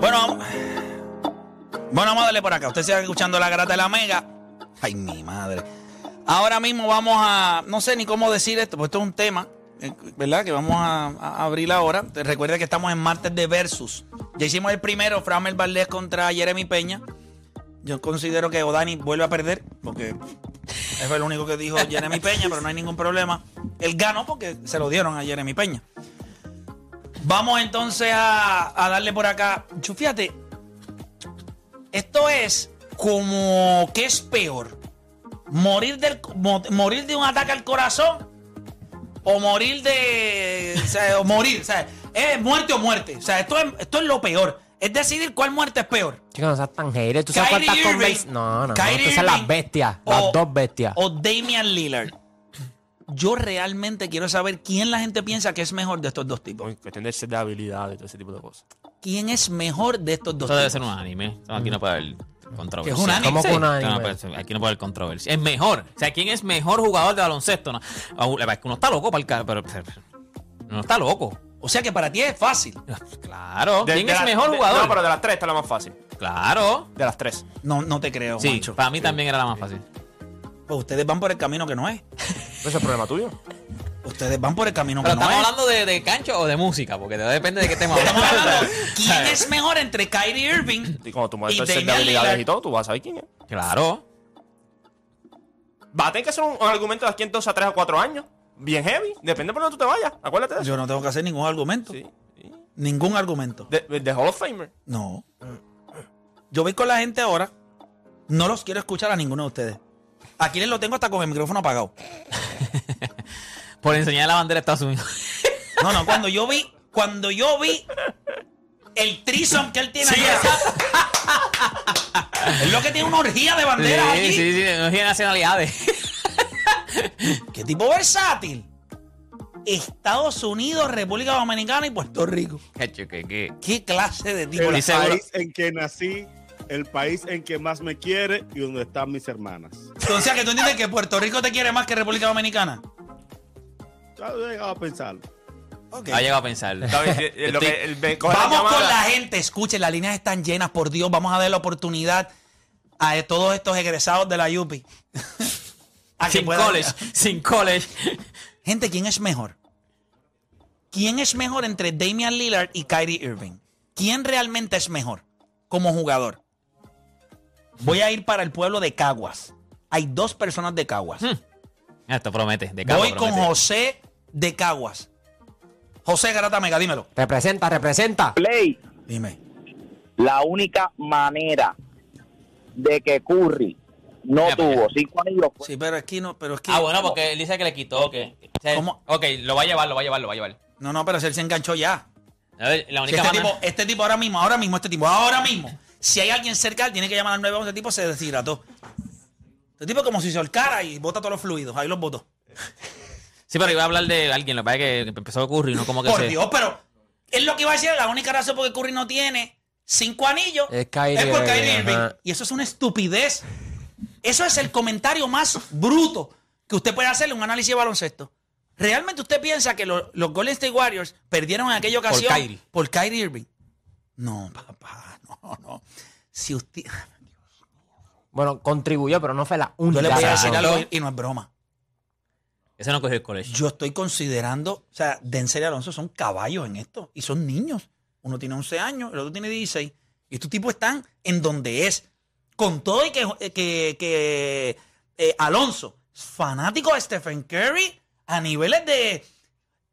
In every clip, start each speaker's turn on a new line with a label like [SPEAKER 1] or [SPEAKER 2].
[SPEAKER 1] Bueno, bueno, vamos a darle por acá. Usted sigue escuchando la grata de la mega. Ay, mi madre. Ahora mismo vamos a. No sé ni cómo decir esto, porque esto es un tema, eh, ¿verdad? Que vamos a, a abrir ahora. Te recuerda que estamos en martes de Versus. Ya hicimos el primero, Framel Valdés contra Jeremy Peña. Yo considero que Odani vuelve a perder, porque es el único que dijo Jeremy Peña, pero no hay ningún problema. Él ganó porque se lo dieron a Jeremy Peña. Vamos entonces a, a darle por acá. Chu, Fíjate, esto es como que es peor. Morir, del, mo- morir de un ataque al corazón o morir de. o sea, o morir. o sea, es muerte o muerte. O sea, esto es, esto es lo peor. Es decidir cuál muerte es peor.
[SPEAKER 2] Chicos, no seas tan hater. ¿Tú sabes
[SPEAKER 1] Kyrie
[SPEAKER 2] cuántas
[SPEAKER 1] Irving.
[SPEAKER 2] convers... No, no, no.
[SPEAKER 1] Kyrie
[SPEAKER 2] Tú sabes las
[SPEAKER 1] Irving.
[SPEAKER 2] bestias.
[SPEAKER 1] O-
[SPEAKER 2] Las dos bestias.
[SPEAKER 1] O Damian Lillard. Yo realmente quiero saber quién la gente piensa que es mejor de estos dos tipos.
[SPEAKER 2] Cuestión de, de habilidad y todo ese tipo de cosas.
[SPEAKER 1] ¿Quién es mejor de estos dos
[SPEAKER 3] Esto debe
[SPEAKER 1] tipos?
[SPEAKER 3] ser un anime. Aquí no puede haber controversia.
[SPEAKER 1] Que es un anime.
[SPEAKER 2] ¿Cómo que un
[SPEAKER 3] Esto no
[SPEAKER 2] anime?
[SPEAKER 3] puede ser- aquí no puede haber controversia. Es mejor. O sea, ¿quién es mejor jugador de baloncesto? No. Ah, Es que uno está loco para el cara, pero, pero- uno está loco.
[SPEAKER 1] O sea que para ti es fácil.
[SPEAKER 3] Claro.
[SPEAKER 4] De-
[SPEAKER 3] ¿Quién
[SPEAKER 4] de
[SPEAKER 3] es
[SPEAKER 4] la-
[SPEAKER 3] mejor
[SPEAKER 4] de-
[SPEAKER 3] jugador?
[SPEAKER 4] No, pero de las tres está la más fácil.
[SPEAKER 3] Claro.
[SPEAKER 4] De las tres.
[SPEAKER 1] No, no te creo,
[SPEAKER 3] Sí,
[SPEAKER 1] Juancho.
[SPEAKER 3] para mí también era la más fácil.
[SPEAKER 1] Pues ustedes van por el camino que no es.
[SPEAKER 4] ¿Ese es el problema tuyo?
[SPEAKER 1] Ustedes van por el camino que
[SPEAKER 3] Pero
[SPEAKER 1] no
[SPEAKER 3] estamos
[SPEAKER 1] es.
[SPEAKER 3] hablando de, de cancho o de música, porque depende de qué tema hablamos.
[SPEAKER 1] Estamos hablando quién
[SPEAKER 3] ¿Sabes?
[SPEAKER 1] es mejor entre Kyrie Irving
[SPEAKER 4] Y cuando tú
[SPEAKER 1] Y
[SPEAKER 4] muestras el set de
[SPEAKER 1] Damian
[SPEAKER 4] habilidades
[SPEAKER 1] Lillard.
[SPEAKER 4] y todo, tú vas a saber quién es.
[SPEAKER 3] Claro.
[SPEAKER 4] Va a tener que hacer un, un argumento de aquí en dos a tres o cuatro años. Bien heavy. Depende por dónde tú te vayas. Acuérdate de eso.
[SPEAKER 1] Yo no tengo que hacer ningún argumento.
[SPEAKER 4] Sí. sí.
[SPEAKER 1] Ningún argumento.
[SPEAKER 4] De, de Hall of Famer.
[SPEAKER 1] No. Yo voy con la gente ahora. No los quiero escuchar a ninguno de ustedes. Aquí les lo tengo hasta con el micrófono apagado.
[SPEAKER 3] Por enseñar la bandera de Estados Unidos.
[SPEAKER 1] No, no, cuando yo vi, cuando yo vi el trison que él tiene ahí, esa- es lo que tiene una orgía de banderas allí.
[SPEAKER 3] sí, sí, sí, no tiene nacionalidades.
[SPEAKER 1] Qué tipo versátil. Estados Unidos, República Dominicana y Puerto Rico.
[SPEAKER 3] Cacho, que- que-
[SPEAKER 1] ¿Qué clase de tipo?
[SPEAKER 5] El
[SPEAKER 3] Y seguro-
[SPEAKER 5] país en que nací, el país en que más me quiere y donde están mis hermanas.
[SPEAKER 1] O sea, que tú entiendes que Puerto Rico te quiere más que República Dominicana.
[SPEAKER 5] Ya he llegado a pensarlo.
[SPEAKER 1] Ok.
[SPEAKER 3] Ha llegado a pensarlo.
[SPEAKER 4] Está bien, eh, eh, lo
[SPEAKER 3] Estoy-
[SPEAKER 4] que- el- me coge
[SPEAKER 1] Vamos
[SPEAKER 4] llamada.
[SPEAKER 1] con la gente. Escuchen, las líneas están llenas, por Dios. Vamos a dar la oportunidad a todos estos egresados de la UPI. A Ah, que
[SPEAKER 3] Sin
[SPEAKER 1] puedan-
[SPEAKER 3] college, sin college.
[SPEAKER 1] Gente, ¿quién es mejor? ¿Quién es mejor entre Damian Lillard y Kyrie Irving? ¿Quién realmente es mejor como jugador? Voy a ir para el pueblo de Caguas. Hay dos personas de Caguas.
[SPEAKER 3] Ah, Esto promete. De cabo
[SPEAKER 1] Voy con
[SPEAKER 3] promete.
[SPEAKER 1] José de Caguas. José Garata Mega, dímelo.
[SPEAKER 2] Representa, representa.
[SPEAKER 6] Play,
[SPEAKER 1] Dime.
[SPEAKER 6] la única manera de que Curry no
[SPEAKER 3] Ya, pues,
[SPEAKER 6] tuvo cinco anillos fue
[SPEAKER 1] Sí, pero es que no, pero es que.
[SPEAKER 3] Ah, bueno, porque él dice que le quitó. Que, o sea,
[SPEAKER 1] ¿Cómo?
[SPEAKER 3] Ok, lo va a llevar, lo va a llevar, lo va a llevar.
[SPEAKER 1] No, no, pero si él se enganchó ya.
[SPEAKER 3] A ver, la
[SPEAKER 1] Si
[SPEAKER 3] única
[SPEAKER 1] este,
[SPEAKER 3] manera-
[SPEAKER 1] tipo, este tipo ahora mismo, ahora mismo, este tipo, ahora mismo. Si hay alguien cerca, él tiene que llamar al 911. Este tipo se deshidrató. Este tipo como si se holcara y bota todos los fluidos. Ahí los botó.
[SPEAKER 3] Sí, pero iba a hablar de alguien. Lo que pasa es que empezó a ocurrir, ¿no? Como que
[SPEAKER 1] Por
[SPEAKER 3] se-
[SPEAKER 1] Dios, pero es lo que iba a decir. La única razón por qué Curry no tiene cinco anillos
[SPEAKER 2] Es Kyrie
[SPEAKER 1] por Kyrie
[SPEAKER 2] Irving,
[SPEAKER 1] Irving.
[SPEAKER 2] ajá.
[SPEAKER 1] Y eso es una estupidez. Eso es el comentario más bruto que usted puede hacerle un análisis de baloncesto. ¿Realmente usted piensa que lo- los Golden State Warriors perdieron en aquella ocasión
[SPEAKER 3] Kyrie.
[SPEAKER 1] por Kyrie Irving? No, papá, no, no. Si usted.
[SPEAKER 2] Bueno, contribuyó, pero no fue la
[SPEAKER 1] Yo
[SPEAKER 2] única.
[SPEAKER 1] le voy a decir
[SPEAKER 2] razón.
[SPEAKER 1] algo y no es broma.
[SPEAKER 3] Ese no cogió el college.
[SPEAKER 1] Yo estoy considerando, o sea, Denzel y Alonso son caballos en esto y son niños. Uno tiene 11 años, el otro tiene 16. Y estos tipos están en donde es. Con todo y que, que- que, eh, Alonso es fanático de Stephen Curry a niveles de...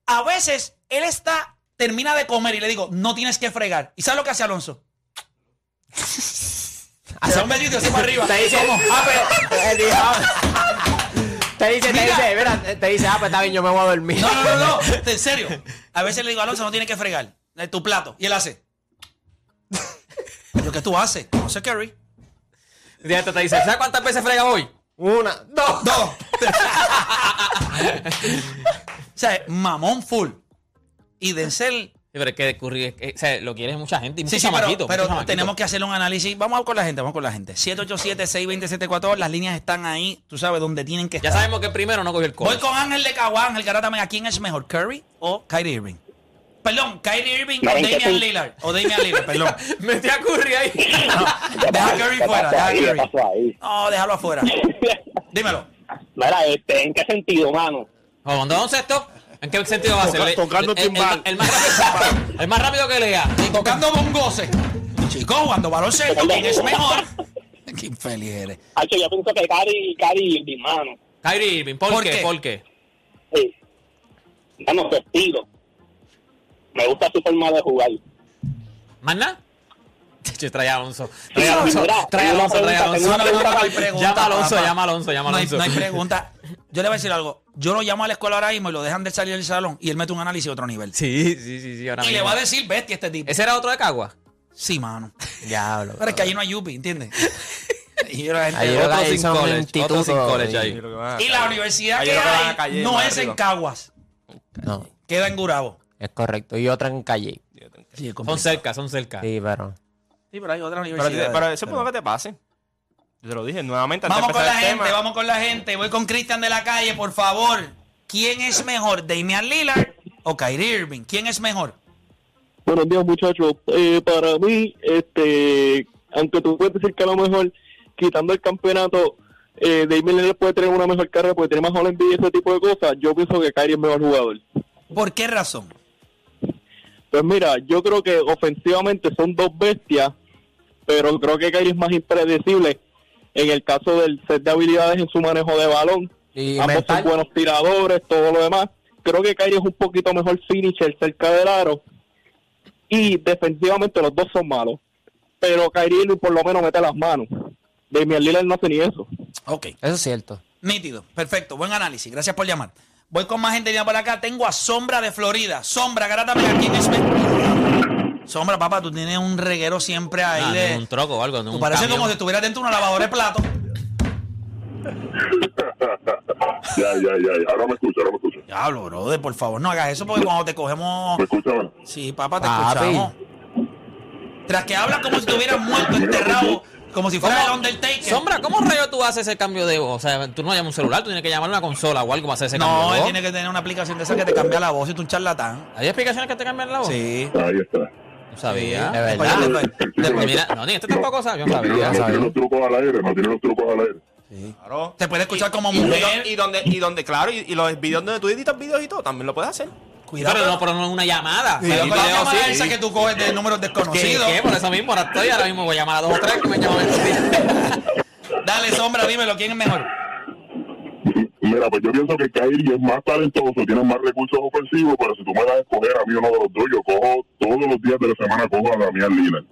[SPEAKER 1] A veces él está, termina de comer y le digo, no tienes que fregar. ¿Y sabes lo que hace Alonso? Hace un besito así para arriba.
[SPEAKER 2] Te dice,
[SPEAKER 1] ¿Cómo?
[SPEAKER 2] ah, pero- eh, dice, ah. te dice, te
[SPEAKER 1] Mira.
[SPEAKER 2] dice, mira, te dice, ah, pues está bien, yo me voy a dormir.
[SPEAKER 1] No, no, no, no. En serio. A veces le digo a Alonso, no tiene que fregar eh, tu plato. Y él hace. ¿qué tú haces? No sé, Kerry.
[SPEAKER 3] Ya te, te dice, ¿sabes cuántas veces frega hoy?
[SPEAKER 4] Una, dos.
[SPEAKER 1] Dos. o sea, mamón full. Y Denzel.
[SPEAKER 3] Sí, pero es que Curry, es que- o sea, lo quiere mucha gente y mucho
[SPEAKER 1] Sí, sí, pero,
[SPEAKER 3] chamaquito,
[SPEAKER 1] pero
[SPEAKER 3] mucho chamaquito.
[SPEAKER 1] tenemos que hacer un análisis. Vamos con la gente, vamos con la gente. 787-620-742. Las líneas están ahí. Tú sabes dónde tienen que
[SPEAKER 3] Ya
[SPEAKER 1] estar.
[SPEAKER 3] sabemos que primero no cogió el
[SPEAKER 1] Voy
[SPEAKER 3] college.
[SPEAKER 1] con Ángel de Caguán, Ángel Garata Mega. ¿Quién es mejor, Curry o Kyrie Irving? Perdón, Kyrie Irving o
[SPEAKER 6] Miren que
[SPEAKER 1] Damian
[SPEAKER 6] sí.
[SPEAKER 1] Lillard. O Damian Lillard, perdón.
[SPEAKER 3] Metí a Curry ahí.
[SPEAKER 6] ¿Qué
[SPEAKER 1] Deja a
[SPEAKER 6] pasó-
[SPEAKER 1] Curry
[SPEAKER 6] qué
[SPEAKER 1] fuera,
[SPEAKER 6] pasó
[SPEAKER 1] deja a
[SPEAKER 6] ahí? ¿Qué
[SPEAKER 1] Curry.
[SPEAKER 6] pasó ahí?
[SPEAKER 1] No, déjalo afuera. Dímelo.
[SPEAKER 6] Mira, este, ¿en qué sentido, mano?
[SPEAKER 3] ¿Cuándo baloncesto? ¿En qué sentido va a ser?
[SPEAKER 5] Toca-
[SPEAKER 3] Le-
[SPEAKER 5] tocando
[SPEAKER 3] el- el-
[SPEAKER 5] timbal.
[SPEAKER 3] El, más rápido, el más rápido que lea.
[SPEAKER 1] Tocando bongose. Chicos, cuando baloncesto, ¿quién es mejor? Qué infeliz eres.
[SPEAKER 6] Hacho, yo pienso que Cari, Cari, mi mano,
[SPEAKER 3] Kyrie Irving, ¿por,
[SPEAKER 1] ¿Por
[SPEAKER 3] qué?
[SPEAKER 1] qué?
[SPEAKER 3] ¿Por qué?
[SPEAKER 6] sí. Mano, su estilo. Me gusta su forma de jugar.
[SPEAKER 3] ¿Más nada? Yo trae a Alonso. Trae a
[SPEAKER 6] Mira,
[SPEAKER 3] Alonso, trae a
[SPEAKER 6] tengo una
[SPEAKER 3] Alonso, trae a
[SPEAKER 6] pregunta,
[SPEAKER 3] Alonso.
[SPEAKER 6] tengo una
[SPEAKER 3] No,
[SPEAKER 6] pregunta
[SPEAKER 3] no, no, no,
[SPEAKER 6] para-
[SPEAKER 3] hay pregunta, Llama a Alonso,
[SPEAKER 1] papá.
[SPEAKER 3] llama a Alonso, llama a
[SPEAKER 1] No hay,
[SPEAKER 3] Alonso.
[SPEAKER 1] no hay pregunta. Yo le voy a decir algo. Yo lo llamo a la escuela ahora mismo y lo dejan de salir del salón y él mete un análisis a otro nivel.
[SPEAKER 3] Sí, sí, sí, sí, ahora
[SPEAKER 1] y
[SPEAKER 3] mismo.
[SPEAKER 1] le va a decir bestia a este tipo.
[SPEAKER 3] ¿Ese era otro de Cagua?
[SPEAKER 1] Sí, mano.
[SPEAKER 2] Diablo.
[SPEAKER 1] Pero es que allí no hay Yupi, ¿entiendes? Y, yo la gente-
[SPEAKER 2] Ahí
[SPEAKER 3] Otro
[SPEAKER 2] lo que
[SPEAKER 3] sin
[SPEAKER 2] hizo
[SPEAKER 3] college,
[SPEAKER 2] un
[SPEAKER 3] otro sin
[SPEAKER 2] instituto,
[SPEAKER 3] college ahí.
[SPEAKER 4] Yo creo que van a-
[SPEAKER 1] y la universidad
[SPEAKER 4] Ahí
[SPEAKER 1] que
[SPEAKER 4] lo que van
[SPEAKER 1] hay
[SPEAKER 4] a calle,
[SPEAKER 1] no
[SPEAKER 4] más
[SPEAKER 1] es en
[SPEAKER 4] arriba.
[SPEAKER 1] Caguas,
[SPEAKER 2] No,
[SPEAKER 1] queda en Gurabo.
[SPEAKER 2] es correcto. Y otra en calle.
[SPEAKER 1] Sí,
[SPEAKER 3] Son cerca, son cerca.
[SPEAKER 2] Sí, pero.
[SPEAKER 1] pero hay otra
[SPEAKER 4] Pero,
[SPEAKER 1] universidad.
[SPEAKER 4] te- pero ese punto que te pase. Yo te lo dije nuevamente antes
[SPEAKER 1] Vamos
[SPEAKER 4] de
[SPEAKER 1] con la
[SPEAKER 4] empezar
[SPEAKER 1] gente,
[SPEAKER 4] el tema.
[SPEAKER 1] vamos con la gente. Voy con Cristian de la calle, por favor. ¿Quién es mejor, Damian Lillard o Kyrie Irving? ¿Quién es mejor?
[SPEAKER 7] Buenos días, muchachos. Eh, para mí, este, aunque tú puedes decir que a lo mejor, quitando el campeonato, eh, Damian Lillard puede tener una mejor carrera, puede tener más All y ese tipo de cosas, yo pienso que Kyrie es mejor jugador.
[SPEAKER 1] ¿Por qué razón?
[SPEAKER 7] Pues mira, yo creo que ofensivamente son dos bestias, pero creo que Kyrie es más impredecible en el caso del set de habilidades en su manejo de balón.
[SPEAKER 2] Y
[SPEAKER 7] Ambos
[SPEAKER 2] mental.
[SPEAKER 7] son buenos tiradores, todo lo demás. Creo que Kyrie es un poquito mejor finisher cerca del aro. Y defensivamente los dos son malos. Pero Kyrie Irving por lo menos mete las manos. Damian Lillard no hace ni eso.
[SPEAKER 1] Ok.
[SPEAKER 2] Eso es cierto.
[SPEAKER 1] Nítido, perfecto, buen análisis, gracias por llamar. Voy con más gente ya por acá, tengo a Sombra de Florida. Sombra, grátame a quién es. me- Sombra, papá, tú tienes un reguero siempre ahí
[SPEAKER 3] Ah,
[SPEAKER 1] de.
[SPEAKER 3] de un troco o algo. de
[SPEAKER 1] tú
[SPEAKER 3] un
[SPEAKER 1] pareces
[SPEAKER 3] camión.
[SPEAKER 1] como si estuvieras dentro de una lavadora de plato.
[SPEAKER 8] Ya, ya, ya, ya. Ahora me escucha, ahora me escucha.
[SPEAKER 1] Diablo, brother, por favor, no hagas eso porque cuando te cogemos.
[SPEAKER 8] ¿Me escucha ahora?
[SPEAKER 1] Sí, papá, te
[SPEAKER 2] Papi.
[SPEAKER 1] escuchamos. Tras que hablas como si estuvieras muerto, enterrado, como si fuera el Undertaker.
[SPEAKER 3] Sombra, ¿cómo rayo tú haces ese cambio de voz? O sea, tú no llamas un celular, tú tienes que llamar a una consola o algo para hacer ese cambio
[SPEAKER 1] No,
[SPEAKER 3] de
[SPEAKER 1] él
[SPEAKER 3] voz.
[SPEAKER 1] tiene que tener una aplicación de esa que te cambia la voz y tú un charlatán.
[SPEAKER 3] ¿Hay explicaciones que te cambian la voz?
[SPEAKER 1] Sí.
[SPEAKER 8] Ahí está.
[SPEAKER 3] No sabía.
[SPEAKER 2] De verdad.
[SPEAKER 3] Ah,
[SPEAKER 1] Después- después-
[SPEAKER 3] Después, mira, no, ni este tampoco sabe. Yo no
[SPEAKER 8] No tiene,
[SPEAKER 3] sabía.
[SPEAKER 8] no tiene los trucos al aire, no tiene los trucos al aire.
[SPEAKER 4] Claro.
[SPEAKER 1] Te puede escuchar como
[SPEAKER 4] Y- y-
[SPEAKER 1] mujer.
[SPEAKER 4] Y, donde, y donde, claro, y, y los videos donde tú editas videos y todo, también lo puedes hacer.
[SPEAKER 1] Cuidado.
[SPEAKER 3] Pero no, pero no es una llamada.
[SPEAKER 1] Cuidado
[SPEAKER 3] Sí,
[SPEAKER 1] con la
[SPEAKER 3] video,
[SPEAKER 1] llamada
[SPEAKER 3] sí.
[SPEAKER 1] esa que tú coges de números
[SPEAKER 3] ¿Qué,
[SPEAKER 1] desconocidos.
[SPEAKER 3] ¿Qué? Por eso mismo, ahora estoy, ahora mismo voy a llamar a dos o tres que me llaman el
[SPEAKER 1] Dale, sombra, dímelo, ¿quién es mejor?
[SPEAKER 8] Mira, pues yo pienso que Kyrie es más talentoso, tiene más recursos ofensivos, pero si tú me das a escoger a mí uno de los dos, yo cojo todos los días de la semana cojo a Damián Lillard.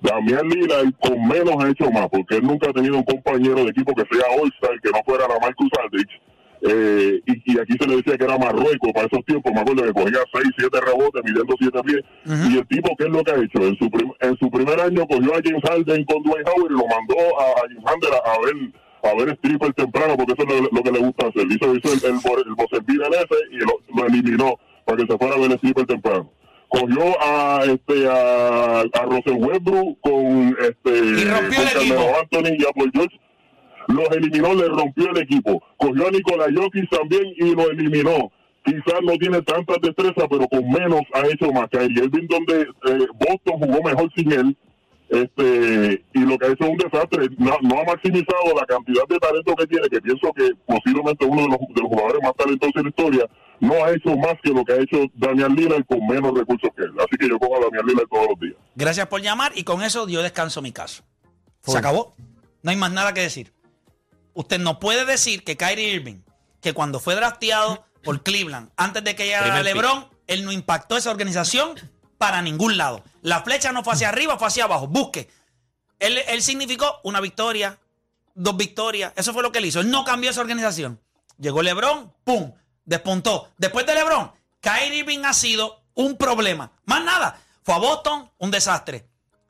[SPEAKER 8] Damián Lillard con menos ha hecho más, porque él nunca ha tenido un compañero de equipo que sea All-Star, que no fuera la Marcus Aldridge. Eh, y, y aquí se le decía que era Marruecos para esos tiempos, me acuerdo que cogía 6, 7 rebotes, midiendo 7 pies. Y el tipo, ¿qué es lo que ha hecho? En su, prim- en su primer año cogió a James Harden con Dwight Howard y lo mandó a, a James Harden a, a ver a ver stripper temprano, porque eso es lo, lo que le gusta hacer. Hizo, hizo el, el, bo- el Bocervil en ese y lo, lo eliminó para que se fuera a ver stripper temprano. Cogió a este a, a Russell Westbrook con este
[SPEAKER 1] Y rompió
[SPEAKER 8] con
[SPEAKER 1] el equipo.
[SPEAKER 8] Carmelo Anthony y a Paul George los eliminó, le rompió el equipo. Cogió a Nikola Jokic también y lo eliminó. Quizás no tiene tantas destrezas, pero con menos ha hecho más. Kyrie Irving, donde eh, Boston jugó mejor sin él, este y lo que ha hecho es un desastre. No, no ha maximizado la cantidad de talento que tiene, que pienso que posiblemente uno de los, de los jugadores más talentosos de la historia, no ha hecho más que lo que ha hecho Daniel Lillard con menos recursos que él. Así que yo cojo a Daniel Lillard todos los días.
[SPEAKER 1] Gracias por llamar y con eso yo descanso mi caso. Se acabó. No hay más nada que decir. Usted no puede decir que Kyrie Irving, que cuando fue drafteado por Cleveland, antes de que llegara
[SPEAKER 3] Primer pick.
[SPEAKER 1] LeBron, él no impactó esa organización para ningún lado. La flecha no fue hacia arriba, fue hacia abajo. Busque. Él, él significó una victoria, dos victorias. Eso fue lo que él hizo. Él no cambió esa organización. Llegó LeBron, pum, despuntó. Después de LeBron, Kyrie Irving ha sido un problema. Más nada. Fue a Boston, un desastre.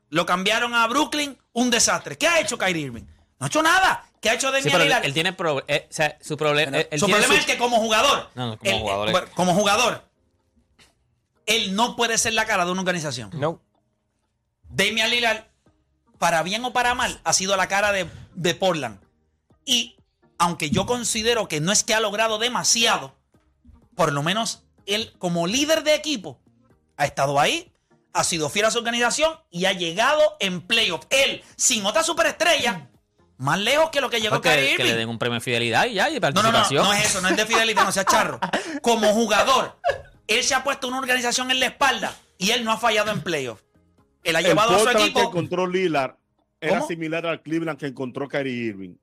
[SPEAKER 1] Lo cambiaron a Brooklyn, un desastre. ¿Qué ha hecho Kyrie Irving? No ha hecho nada. ¿Qué ha hecho
[SPEAKER 3] Sí,
[SPEAKER 1] Damian
[SPEAKER 3] pero él,
[SPEAKER 1] Lillard?
[SPEAKER 3] él tiene pro- eh, o sea, su problema. él- él
[SPEAKER 1] su
[SPEAKER 3] tiene
[SPEAKER 1] problema
[SPEAKER 3] su-
[SPEAKER 1] es que como jugador,
[SPEAKER 3] No, no, como
[SPEAKER 1] él-
[SPEAKER 3] jugador,
[SPEAKER 1] eh,
[SPEAKER 3] eh.
[SPEAKER 1] como jugador, él no puede ser la cara de una organización.
[SPEAKER 4] No.
[SPEAKER 1] Damian Lillard, para bien o para mal, ha sido la cara de, de Portland. Y aunque yo considero que no es que ha logrado demasiado, por lo menos él como líder de equipo ha estado ahí, ha sido fiel a su organización y ha llegado en playoff. Él, sin otra superestrella, más lejos que lo que llegó
[SPEAKER 3] porque
[SPEAKER 1] Kyrie
[SPEAKER 3] que le
[SPEAKER 1] Irving.
[SPEAKER 3] den un premio de fidelidad y ya, y
[SPEAKER 1] No, no, no,
[SPEAKER 3] participación.
[SPEAKER 1] no es eso, no es de fidelidad, no sea charro. Como jugador, él se ha puesto una organización en la espalda y él no ha fallado en playoff. Él ha
[SPEAKER 5] El
[SPEAKER 1] llevado a su
[SPEAKER 5] Portland que
[SPEAKER 1] equipo.
[SPEAKER 5] encontró Lillard era
[SPEAKER 1] ¿Cómo?
[SPEAKER 5] similar al Cleveland que encontró Kyrie Irving.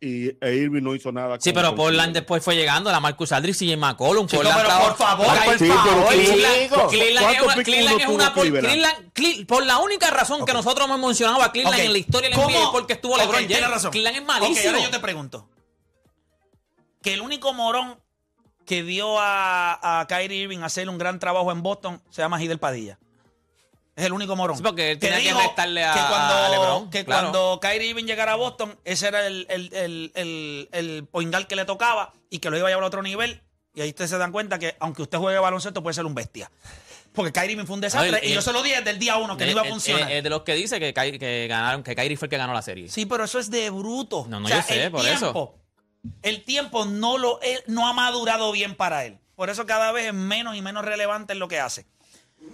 [SPEAKER 5] Y e Irving no hizo nada.
[SPEAKER 3] Sí,
[SPEAKER 5] con-
[SPEAKER 3] pero
[SPEAKER 5] con
[SPEAKER 3] Portland
[SPEAKER 5] Cleveland.
[SPEAKER 3] después fue llegando, la Marcus Aldridge y McCollum.
[SPEAKER 1] Chico,
[SPEAKER 3] Portland
[SPEAKER 1] pero
[SPEAKER 3] está-
[SPEAKER 1] por favor,
[SPEAKER 3] Ay,
[SPEAKER 1] por
[SPEAKER 3] sí,
[SPEAKER 1] favor,
[SPEAKER 3] pero
[SPEAKER 1] chico.
[SPEAKER 3] Cleveland-
[SPEAKER 4] ¿Cuántos
[SPEAKER 3] Cleveland es una-
[SPEAKER 5] pick
[SPEAKER 3] Cleveland
[SPEAKER 5] uno
[SPEAKER 3] es
[SPEAKER 5] tuvo
[SPEAKER 3] una por
[SPEAKER 5] Cleveland?
[SPEAKER 3] Cleveland- Cle- por la única razón que nosotros hemos mencionado a Cleveland
[SPEAKER 1] Ok.
[SPEAKER 3] en la historia de la
[SPEAKER 1] ¿Cómo?
[SPEAKER 3] NBA es porque estuvo
[SPEAKER 1] Ok,
[SPEAKER 3] LeBron James.
[SPEAKER 1] tiene razón.
[SPEAKER 3] Cleveland es
[SPEAKER 1] Ok,
[SPEAKER 3] malísimo.
[SPEAKER 1] ahora yo te pregunto. Que el único morón que dio a, a Kyrie Irving a hacer un gran trabajo en Boston se llama Hidel Padilla. Es el único morón.
[SPEAKER 3] Sí, porque él
[SPEAKER 1] Que
[SPEAKER 3] tenía que
[SPEAKER 1] dijo
[SPEAKER 3] restarle a-
[SPEAKER 1] que cuando,
[SPEAKER 3] a LeBron,
[SPEAKER 1] Que
[SPEAKER 3] claro.
[SPEAKER 1] cuando Kyrie Irving llegara a Boston, ese era el, el, el, el, el point guard que le tocaba y que lo iba a llevar a otro nivel. Y ahí ustedes se dan cuenta que aunque usted juegue baloncesto puede ser un bestia. Porque Kyrie Irving fue un desastre
[SPEAKER 3] Ay,
[SPEAKER 1] y
[SPEAKER 3] eh,
[SPEAKER 1] yo se lo dije desde el día uno que no iba a
[SPEAKER 3] Es- es-
[SPEAKER 1] funcionar.
[SPEAKER 3] Es Eh, de los que dice que, Ky- que ganaron, que Kyrie fue el que ganó la serie.
[SPEAKER 1] Sí, pero eso es de bruto.
[SPEAKER 3] No, no, yo sé, por
[SPEAKER 1] eso. El tiempo no, lo, él no ha madurado bien para él. Por eso cada vez es menos y menos relevante en lo que hace.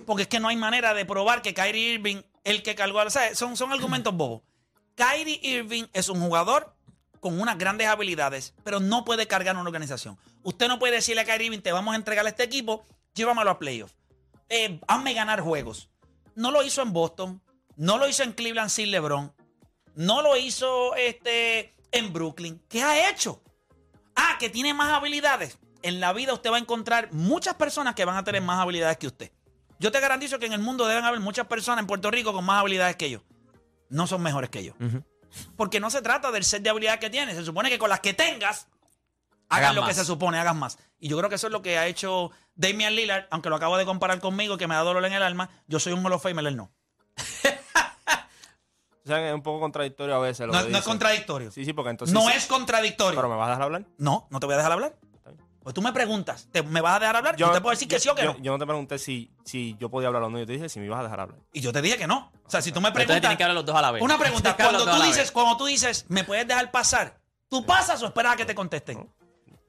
[SPEAKER 1] Porque es que no hay manera de probar que Kyrie Irving, el que cargó al... o sea, son, son argumentos bobos. Kyrie Irving es un jugador con unas grandes habilidades, pero no puede cargar una organización. Usted no puede decirle a Kyrie Irving, te vamos a entregar este equipo, llévamelo a playoffs. Eh, hazme ganar juegos. No lo hizo en Boston, no lo hizo en Cleveland sin LeBron, no lo hizo este, en Brooklyn. ¿Qué ha hecho? Ah, que tiene más habilidades. En la vida usted va a encontrar muchas personas que van a tener más habilidades que usted. Yo te garantizo que en el mundo deben haber muchas personas en Puerto Rico con más habilidades que yo. No son mejores que yo. Porque no se trata del set de habilidades que tienes. Se supone que con las que tengas, hagas
[SPEAKER 3] Hagas
[SPEAKER 1] lo que
[SPEAKER 3] más.
[SPEAKER 1] se supone, hagas más. Y yo creo que eso es lo que ha hecho Damian Lillard, aunque lo acabo de comparar conmigo, que me da dolor en el alma. Yo soy un Hall of Famer, él no.
[SPEAKER 4] O sea, que es un poco contradictorio a veces. Lo
[SPEAKER 1] No,
[SPEAKER 4] que
[SPEAKER 1] no es
[SPEAKER 4] dice.
[SPEAKER 1] contradictorio.
[SPEAKER 4] Sí, sí, porque entonces.
[SPEAKER 1] no
[SPEAKER 4] sí.
[SPEAKER 1] es contradictorio.
[SPEAKER 4] Pero me vas a dejar hablar.
[SPEAKER 1] No, no te voy a dejar hablar. Pues tú me preguntas, ¿te- ¿me vas a dejar hablar? Yo, te puedo decir que
[SPEAKER 4] yo-
[SPEAKER 1] sí o que
[SPEAKER 4] yo-
[SPEAKER 1] no.
[SPEAKER 4] Yo no te pregunté si, si yo podía hablar o no. Yo te dije si me ibas a dejar hablar.
[SPEAKER 1] Y yo te dije que no. O sea, si tú me
[SPEAKER 3] Entonces
[SPEAKER 1] preguntas.
[SPEAKER 3] tienen que hablar los dos a la vez.
[SPEAKER 1] Una pregunta.
[SPEAKER 3] Tienen que hablar
[SPEAKER 1] Cuando
[SPEAKER 3] los
[SPEAKER 1] tú,
[SPEAKER 3] dos a la
[SPEAKER 1] dices, cuando tú dices, ¿me puedes dejar pasar? ¿Tú pasas o esperas a que te contesten?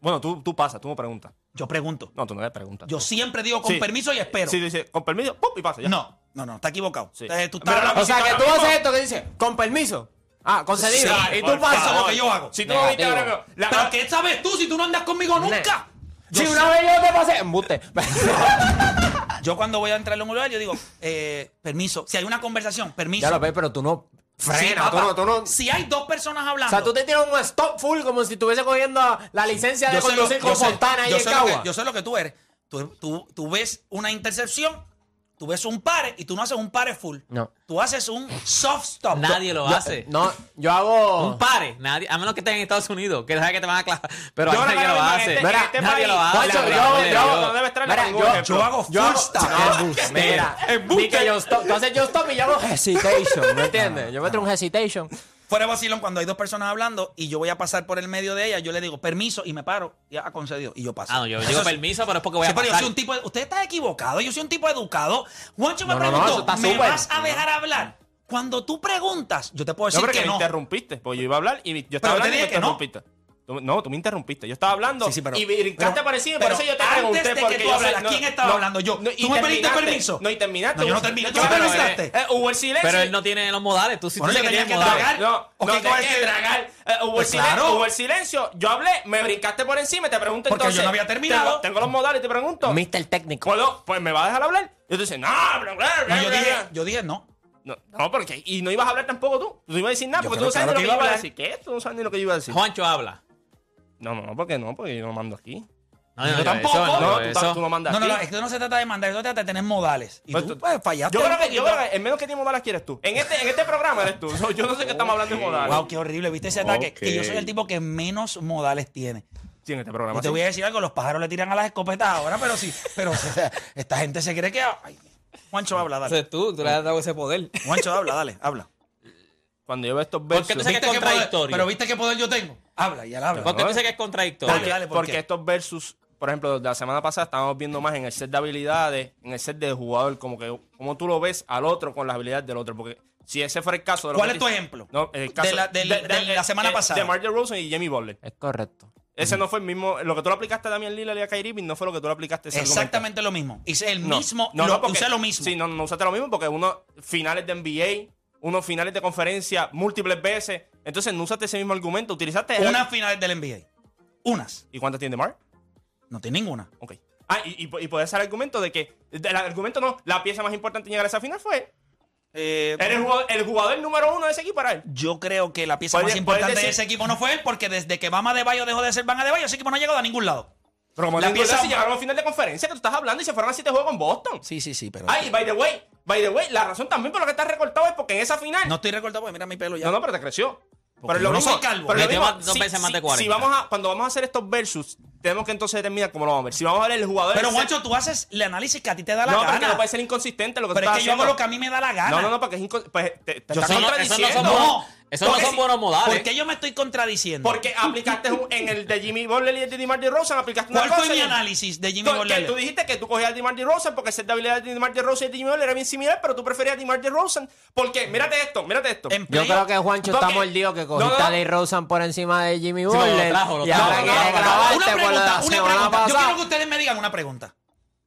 [SPEAKER 4] Bueno, tú, tú pasas, tú me preguntas.
[SPEAKER 1] Yo pregunto.
[SPEAKER 4] No, tú no le preguntas.
[SPEAKER 1] Yo
[SPEAKER 4] Tú.
[SPEAKER 1] siempre digo con
[SPEAKER 4] Sí.
[SPEAKER 1] permiso y espero.
[SPEAKER 4] Sí, dice, con permiso, ¡pum! y pasa. Ya.
[SPEAKER 1] No, no, no, está equivocado.
[SPEAKER 4] Sí.
[SPEAKER 1] Entonces, tú estás
[SPEAKER 4] Mira,
[SPEAKER 1] hablando
[SPEAKER 4] o
[SPEAKER 1] así
[SPEAKER 4] sea,
[SPEAKER 1] todo
[SPEAKER 4] que
[SPEAKER 1] el
[SPEAKER 4] tú
[SPEAKER 1] tiempo.
[SPEAKER 4] haces
[SPEAKER 2] esto que dice, con permiso. Ah, concedido.
[SPEAKER 1] Sí, por favor. Eso es lo que yo hago.
[SPEAKER 4] Si tú no viste ahora mismo, la-
[SPEAKER 1] Pero ¿qué sabes tú si tú no andas conmigo nunca? Yo
[SPEAKER 2] Si
[SPEAKER 1] sé-
[SPEAKER 2] una vez yo te pasé, embuste.
[SPEAKER 1] Yo cuando voy a entrar en un lugar, yo digo, eh, permiso. Si hay una conversación, permiso.
[SPEAKER 2] ya lo ves, pero tú no
[SPEAKER 1] Sí,
[SPEAKER 2] frena, tú
[SPEAKER 1] papá.
[SPEAKER 2] no, tú no.
[SPEAKER 1] Si hay dos personas hablando.
[SPEAKER 2] O sea, tú te tiras un stop full como si estuviese cogiendo la licencia de
[SPEAKER 1] yo sé lo-
[SPEAKER 2] conducir
[SPEAKER 1] yo
[SPEAKER 2] con
[SPEAKER 1] sé-
[SPEAKER 2] Fontana ahí
[SPEAKER 1] yo
[SPEAKER 2] en
[SPEAKER 1] sé lo que-
[SPEAKER 2] Cagua.
[SPEAKER 1] Yo sé lo que tú eres. Tú, tú- tú ves una intercepción, tú ves un pare y tú no haces un pare full.
[SPEAKER 2] No.
[SPEAKER 1] Tú haces un soft stop.
[SPEAKER 3] vez. Nadie lo
[SPEAKER 2] Yo-
[SPEAKER 3] hace.
[SPEAKER 2] No, yo hago.
[SPEAKER 3] Un pare, nadie, a menos que estés en Estados Unidos, que sabes que te van a clavar. Pero
[SPEAKER 4] Yo
[SPEAKER 3] hay
[SPEAKER 4] ahora
[SPEAKER 3] gente que lo
[SPEAKER 4] mismo en
[SPEAKER 3] hace.
[SPEAKER 4] este- en
[SPEAKER 3] Mira,
[SPEAKER 4] este
[SPEAKER 3] nadie
[SPEAKER 4] país,
[SPEAKER 3] lo hace.
[SPEAKER 2] Juancho,
[SPEAKER 3] pero
[SPEAKER 2] yo-
[SPEAKER 3] nadie
[SPEAKER 2] yo-
[SPEAKER 3] lo
[SPEAKER 4] No
[SPEAKER 3] hace.
[SPEAKER 4] debes traer
[SPEAKER 2] Mira,
[SPEAKER 4] ningún
[SPEAKER 2] yo-
[SPEAKER 4] ejemplo.
[SPEAKER 1] Yo hago full
[SPEAKER 2] Yo hago-
[SPEAKER 1] stop.
[SPEAKER 2] No, mira,
[SPEAKER 4] Embuste.
[SPEAKER 2] ni que yo stop. Entonces yo stop y yo hago hesitation, ¿me
[SPEAKER 1] Ah,
[SPEAKER 2] entiendes? Yo meto un hesitation.
[SPEAKER 1] Fuera de vacilón, cuando hay dos personas hablando y yo voy a pasar por el medio de ellas, yo le digo permiso y me paro. Y ha concedido. Y yo paso.
[SPEAKER 3] Ah, no, yo
[SPEAKER 1] Eso
[SPEAKER 3] digo
[SPEAKER 1] es-
[SPEAKER 3] permiso, pero es porque voy
[SPEAKER 1] Sí,
[SPEAKER 3] a
[SPEAKER 1] pero yo
[SPEAKER 3] pasar.
[SPEAKER 1] soy un tipo. de- usted está equivocado. Yo soy un tipo educado. Juancho me
[SPEAKER 2] No, no, no,
[SPEAKER 1] preguntó,
[SPEAKER 2] eso está
[SPEAKER 1] ¿me
[SPEAKER 2] súper.
[SPEAKER 1] vas a dejar hablar? Cuando tú preguntas, yo te puedo
[SPEAKER 4] No,
[SPEAKER 1] decir
[SPEAKER 4] pero
[SPEAKER 1] que
[SPEAKER 4] me
[SPEAKER 1] no.
[SPEAKER 4] interrumpiste. Porque yo iba a hablar y mi- yo estaba
[SPEAKER 1] Pero te
[SPEAKER 4] hablando y
[SPEAKER 1] dije
[SPEAKER 4] me
[SPEAKER 1] que no.
[SPEAKER 4] interrumpiste. Tú- No, tú me interrumpiste. Yo estaba hablando
[SPEAKER 1] Sí, sí, pero-
[SPEAKER 4] y brincaste
[SPEAKER 1] pero-
[SPEAKER 4] por encima. y
[SPEAKER 1] pero
[SPEAKER 4] Por eso yo te
[SPEAKER 1] antes
[SPEAKER 4] pregunté.
[SPEAKER 1] de que
[SPEAKER 4] porque
[SPEAKER 1] tú
[SPEAKER 4] yo
[SPEAKER 1] hablaras,
[SPEAKER 4] no-
[SPEAKER 1] ¿quién estaba hablando? Yo.
[SPEAKER 4] y
[SPEAKER 1] ¿Tú me pediste
[SPEAKER 4] terminaste.
[SPEAKER 1] permiso?
[SPEAKER 4] No, y terminaste.
[SPEAKER 1] No, yo no
[SPEAKER 4] Hubo-
[SPEAKER 1] terminé.
[SPEAKER 4] yo
[SPEAKER 1] ¿Tú me
[SPEAKER 4] pero-
[SPEAKER 1] permisaste?
[SPEAKER 4] eh, Hubo el silencio.
[SPEAKER 3] Pero él no tiene los modales. Tú sí
[SPEAKER 1] Bueno,
[SPEAKER 3] tú sí
[SPEAKER 1] le
[SPEAKER 3] que
[SPEAKER 1] tenía
[SPEAKER 3] tienes
[SPEAKER 1] que
[SPEAKER 3] modales.
[SPEAKER 1] tragar.
[SPEAKER 4] No,
[SPEAKER 1] ¿O
[SPEAKER 4] no,
[SPEAKER 1] que
[SPEAKER 4] no,
[SPEAKER 1] tenía
[SPEAKER 4] es
[SPEAKER 1] que
[SPEAKER 4] que-
[SPEAKER 1] tragar?
[SPEAKER 4] eh, hubo,
[SPEAKER 1] Pues
[SPEAKER 4] el silencio,
[SPEAKER 1] claro. Pues
[SPEAKER 4] hubo el silencio. Yo hablé, me brincaste por encima y te pregunto
[SPEAKER 1] Porque yo
[SPEAKER 4] entonces.
[SPEAKER 1] no había terminado.
[SPEAKER 4] Tengo, tengo los modales y te pregunto.
[SPEAKER 2] Mr. Técnico.
[SPEAKER 4] ¿Puedo? Pues me va a dejar hablar. Y tú dices, no, bla, bla, bla,
[SPEAKER 1] No, yo
[SPEAKER 4] bla,
[SPEAKER 1] dije,
[SPEAKER 4] bla".
[SPEAKER 1] yo dije no.
[SPEAKER 4] No, no, porque. Y no ibas a hablar tampoco tú. Tú no ibas a decir nada
[SPEAKER 1] Yo
[SPEAKER 4] porque
[SPEAKER 1] creo
[SPEAKER 4] tú no sabes
[SPEAKER 1] claro
[SPEAKER 4] ni
[SPEAKER 1] que
[SPEAKER 4] lo que
[SPEAKER 1] iba a
[SPEAKER 4] iba a decir. ¿Qué? Tú no sabes ni lo que yo iba a decir.
[SPEAKER 3] Juancho habla.
[SPEAKER 4] No, no, no, porque no, porque yo no mando aquí.
[SPEAKER 3] No, no,
[SPEAKER 4] Yo
[SPEAKER 3] yo
[SPEAKER 4] tampoco.
[SPEAKER 3] eso,
[SPEAKER 4] no,
[SPEAKER 3] yo
[SPEAKER 4] tú,
[SPEAKER 3] eso.
[SPEAKER 4] ta- tú no mandas
[SPEAKER 1] No, no,
[SPEAKER 4] aquí.
[SPEAKER 1] no, es que no se trata de mandar, eso se trata de tener modales. Y
[SPEAKER 4] Pues
[SPEAKER 1] tú,
[SPEAKER 4] tú-
[SPEAKER 1] pues, fallaste.
[SPEAKER 4] Yo creo,
[SPEAKER 1] un
[SPEAKER 4] que, yo
[SPEAKER 1] poquito.
[SPEAKER 4] creo que el menos que tiene modales quieres tú. En este, en este programa eres tú. So, Yo no sé qué estamos hablando de modales.
[SPEAKER 1] Wow, qué horrible, ¿viste ese ataque?
[SPEAKER 5] Ok.
[SPEAKER 1] Que yo soy el tipo que menos modales tiene.
[SPEAKER 4] Sí, en este programa.
[SPEAKER 1] Yo te
[SPEAKER 4] sí.
[SPEAKER 1] voy a decir algo, los pájaros le tiran a las escopetas ahora, pero sí, pero o sea, esta gente se cree que... ay, Juancho habla, dale.
[SPEAKER 9] Ese es tú, tú le has dado ese poder.
[SPEAKER 1] Juancho habla, dale, habla.
[SPEAKER 4] Cuando yo veo estos
[SPEAKER 3] ¿Por
[SPEAKER 4] versos.
[SPEAKER 3] qué tú dices que es
[SPEAKER 1] ¿Viste qué poder-
[SPEAKER 3] contradictorio?
[SPEAKER 1] pero viste qué poder yo tengo. Habla y él habla.
[SPEAKER 3] ¿Por qué tú dices que es
[SPEAKER 1] Dale,
[SPEAKER 3] contradictorio?
[SPEAKER 1] dale, ¿por
[SPEAKER 4] porque
[SPEAKER 1] qué?
[SPEAKER 4] estos versus, por ejemplo, de la semana pasada estábamos viendo más en el set de habilidades, en el set de jugador, como que como tú lo ves al otro con las habilidades del otro. Porque si ese fuera el caso. De lo
[SPEAKER 1] ¿Cuál
[SPEAKER 4] que
[SPEAKER 1] es
[SPEAKER 4] te-
[SPEAKER 1] tu ejemplo?
[SPEAKER 4] No, el caso
[SPEAKER 1] De la- del- de la semana pasada.
[SPEAKER 4] De Marjorie Rosen y Jamie Butler.
[SPEAKER 2] Es correcto.
[SPEAKER 4] Ese no fue el mismo. Lo que tú le aplicaste a Damian Lillard y a Kyrie Irving no fue lo que tú le aplicaste a ese argumento.
[SPEAKER 1] Exactamente lo mismo. Hice el
[SPEAKER 4] No,
[SPEAKER 1] mismo,
[SPEAKER 4] no,
[SPEAKER 1] lo,
[SPEAKER 4] no, porque-
[SPEAKER 1] usé lo mismo.
[SPEAKER 4] Sí, no, no usaste lo mismo porque unos finales de NBA, unos finales de conferencia múltiples veces. Entonces no usaste ese mismo argumento, utilizaste. el-
[SPEAKER 1] Unas finales del NBA. Unas.
[SPEAKER 4] ¿Y cuántas tiene Mark?
[SPEAKER 1] No tiene ninguna.
[SPEAKER 4] Ok. Ah, y, y, y puede ser el argumento de que. de- el argumento no, la pieza más importante en llegar a esa final fue.
[SPEAKER 1] Eh,
[SPEAKER 4] Eres el jugador, el jugador número uno de ese equipo para él.
[SPEAKER 1] yo creo que la pieza
[SPEAKER 4] Puede-
[SPEAKER 1] más importante
[SPEAKER 4] puede decir-
[SPEAKER 1] de ese equipo no fue él, porque desde que Bama de Bayo dejó de ser Bama de Bayo, ese equipo no ha llegado a ningún lado.
[SPEAKER 4] Pero como
[SPEAKER 1] La
[SPEAKER 4] la pieza
[SPEAKER 1] pieza-
[SPEAKER 4] si llegaron a final de conferencia que tú estás hablando y se fueron a siete juegos con Boston.
[SPEAKER 1] Sí, sí, sí, pero.
[SPEAKER 4] Ay, y by the way, by the way, la razón también por la que estás recortado es porque en esa final.
[SPEAKER 1] No estoy recortado porque mira mi pelo ya.
[SPEAKER 4] No, no, pero te creció. Pero
[SPEAKER 1] yo no soy calvo.
[SPEAKER 4] pero lo
[SPEAKER 3] Metió
[SPEAKER 4] mismo,
[SPEAKER 3] más- dos
[SPEAKER 4] si-
[SPEAKER 3] veces más de
[SPEAKER 4] si-
[SPEAKER 3] 40.
[SPEAKER 4] Si vamos a, cuando vamos a hacer estos versus, tenemos que entonces determinar cómo lo vamos a ver. Si vamos a ver el jugador.
[SPEAKER 1] pero,
[SPEAKER 4] ese-
[SPEAKER 1] Juancho, tú haces el análisis que a ti te da la
[SPEAKER 4] no, pero es que
[SPEAKER 1] gana.
[SPEAKER 4] no puede ser inconsistente lo que
[SPEAKER 1] pero
[SPEAKER 4] tú
[SPEAKER 1] es
[SPEAKER 4] estás
[SPEAKER 1] que yo hago
[SPEAKER 4] haciendo.
[SPEAKER 1] lo que a mí me da la gana.
[SPEAKER 4] No, no, no, porque es inconsistente. te,
[SPEAKER 3] Eso
[SPEAKER 4] estás
[SPEAKER 3] no- eso no son
[SPEAKER 4] contradiciendo.
[SPEAKER 3] buenos- eso no
[SPEAKER 4] porque
[SPEAKER 3] son
[SPEAKER 4] si-
[SPEAKER 3] buenos modales.
[SPEAKER 1] ¿Por qué yo me estoy contradiciendo?
[SPEAKER 4] Porque aplicaste un- en el de Jimmy Butler y el de DeMar Rosen, aplicaste una
[SPEAKER 1] ¿Cuál fue
[SPEAKER 4] cosa
[SPEAKER 1] mi
[SPEAKER 4] y-
[SPEAKER 1] análisis de Jimmy
[SPEAKER 4] Tú- Que tú
[SPEAKER 1] Butler?
[SPEAKER 4] dijiste que tú cogías a DeMar DeRozan porque ser de habilidad de DeMar DeRozan y de Jimmy Butler era bien similar, pero tú preferías a DeMar DeRozan porque, mírate esto, mírate esto.
[SPEAKER 1] En
[SPEAKER 2] Yo
[SPEAKER 1] playoff-
[SPEAKER 2] creo que Juancho
[SPEAKER 4] No,
[SPEAKER 2] está
[SPEAKER 4] que-
[SPEAKER 2] mordido que cogiste
[SPEAKER 4] no, no.
[SPEAKER 2] a Day Rosen por encima de Jimmy
[SPEAKER 3] lo
[SPEAKER 2] Butler.
[SPEAKER 3] trajo, lo
[SPEAKER 2] y
[SPEAKER 3] trajo.
[SPEAKER 2] ahora
[SPEAKER 3] No,
[SPEAKER 2] quiere
[SPEAKER 3] no, no,
[SPEAKER 2] clavarte
[SPEAKER 1] una
[SPEAKER 2] por la
[SPEAKER 1] pregunta, una
[SPEAKER 2] semana
[SPEAKER 1] pregunta. Yo
[SPEAKER 2] pasada.
[SPEAKER 1] quiero que ustedes me digan una pregunta.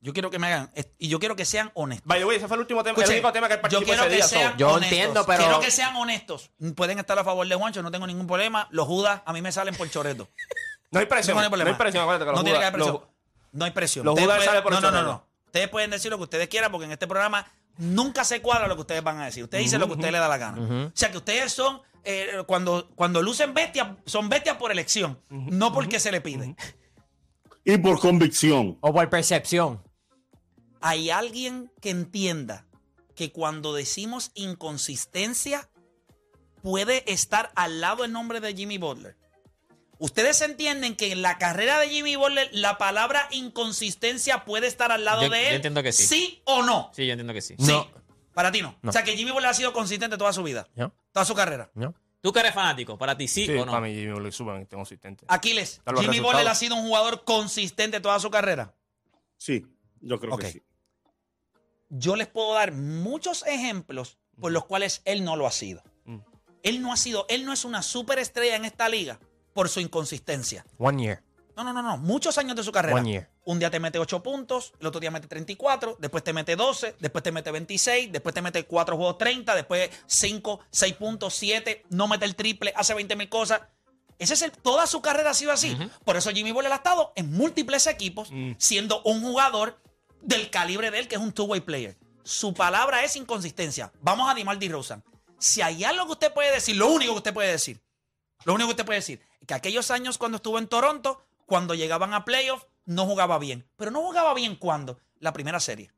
[SPEAKER 1] Yo quiero que me hagan, es- y yo quiero que sean honestos.
[SPEAKER 4] By the way, ese fue el último tema,
[SPEAKER 1] Escuchen,
[SPEAKER 4] el único tema que él
[SPEAKER 1] yo
[SPEAKER 4] participó
[SPEAKER 1] quiero
[SPEAKER 4] ese
[SPEAKER 1] que
[SPEAKER 4] día. so.
[SPEAKER 1] sean
[SPEAKER 2] Yo
[SPEAKER 1] honestos.
[SPEAKER 2] entiendo, pero-
[SPEAKER 1] Quiero que sean honestos. Pueden estar a favor de Juancho, no tengo ningún problema. Los Judas a mí me salen por choreto.
[SPEAKER 4] No hay presión,
[SPEAKER 1] No, hay
[SPEAKER 4] no
[SPEAKER 1] problema.
[SPEAKER 4] hay presión, acuérdate que
[SPEAKER 1] No
[SPEAKER 4] los
[SPEAKER 1] tiene que
[SPEAKER 4] Judas-
[SPEAKER 1] haber presión.
[SPEAKER 4] los-
[SPEAKER 1] No hay presión.
[SPEAKER 4] los
[SPEAKER 1] Ustedes
[SPEAKER 4] Judas
[SPEAKER 1] pueden-
[SPEAKER 4] salen por el
[SPEAKER 1] No, no, no,
[SPEAKER 4] chorro.
[SPEAKER 1] no. Ustedes pueden decir lo que ustedes quieran porque en este programa nunca se cuadra lo que ustedes van a decir. Ustedes dicen lo que ustedes les da la gana. O sea, que ustedes son, eh, cuando, cuando lucen bestias, son bestias por elección, no porque se le pide.
[SPEAKER 5] Y por convicción.
[SPEAKER 2] O por percepción.
[SPEAKER 1] Hay alguien que entienda que cuando decimos inconsistencia, puede estar al lado el nombre de Jimmy Butler. Ustedes entienden que en la carrera de Jimmy Butler la palabra inconsistencia puede estar al lado
[SPEAKER 3] Yo-
[SPEAKER 1] de él.
[SPEAKER 3] yo entiendo que sí.
[SPEAKER 1] ¿Sí o no?
[SPEAKER 3] Sí, yo entiendo que sí.
[SPEAKER 1] Sí.
[SPEAKER 2] No.
[SPEAKER 1] Para ti no.
[SPEAKER 2] No.
[SPEAKER 1] O sea que Jimmy Butler ha sido consistente toda su vida,
[SPEAKER 2] ¿No?
[SPEAKER 1] toda su carrera.
[SPEAKER 2] ¿No?
[SPEAKER 3] ¿Tú que eres fanático? ¿Para ti sí,
[SPEAKER 4] Sí,
[SPEAKER 3] o no?
[SPEAKER 4] para mí Jimmy Butler súper consistente.
[SPEAKER 1] Aquiles,
[SPEAKER 4] Están los
[SPEAKER 1] Jimmy
[SPEAKER 4] resultados.
[SPEAKER 1] Butler ha sido un jugador consistente toda su carrera.
[SPEAKER 5] Sí, yo creo
[SPEAKER 1] Ok.
[SPEAKER 5] que sí.
[SPEAKER 1] yo les puedo dar muchos ejemplos por los cuales él no lo ha sido.
[SPEAKER 4] Mm.
[SPEAKER 1] Él no ha sido, él no es una superestrella en esta liga por su inconsistencia.
[SPEAKER 2] One year.
[SPEAKER 1] No, no, no, no. Muchos años de su carrera.
[SPEAKER 2] One year.
[SPEAKER 1] Un día te mete 8 puntos, el otro día mete 34, después te mete 12, después te mete 26, después te mete 4 juegos 30, después 5, 6 puntos, 7, no mete el triple, hace 20 mil cosas. Ese es el, toda su carrera ha sido así. Por eso Jimmy Butler ha estado en múltiples equipos, siendo un jugador del calibre de él, que es un two-way player. Su palabra es inconsistencia. Vamos a Dimaldi Rosen. Si hay algo que usted puede decir, lo único que usted puede decir, lo único que usted puede decir es que aquellos años cuando estuvo en Toronto, cuando llegaban a playoffs, no jugaba bien. Pero no jugaba bien cuando? La primera serie.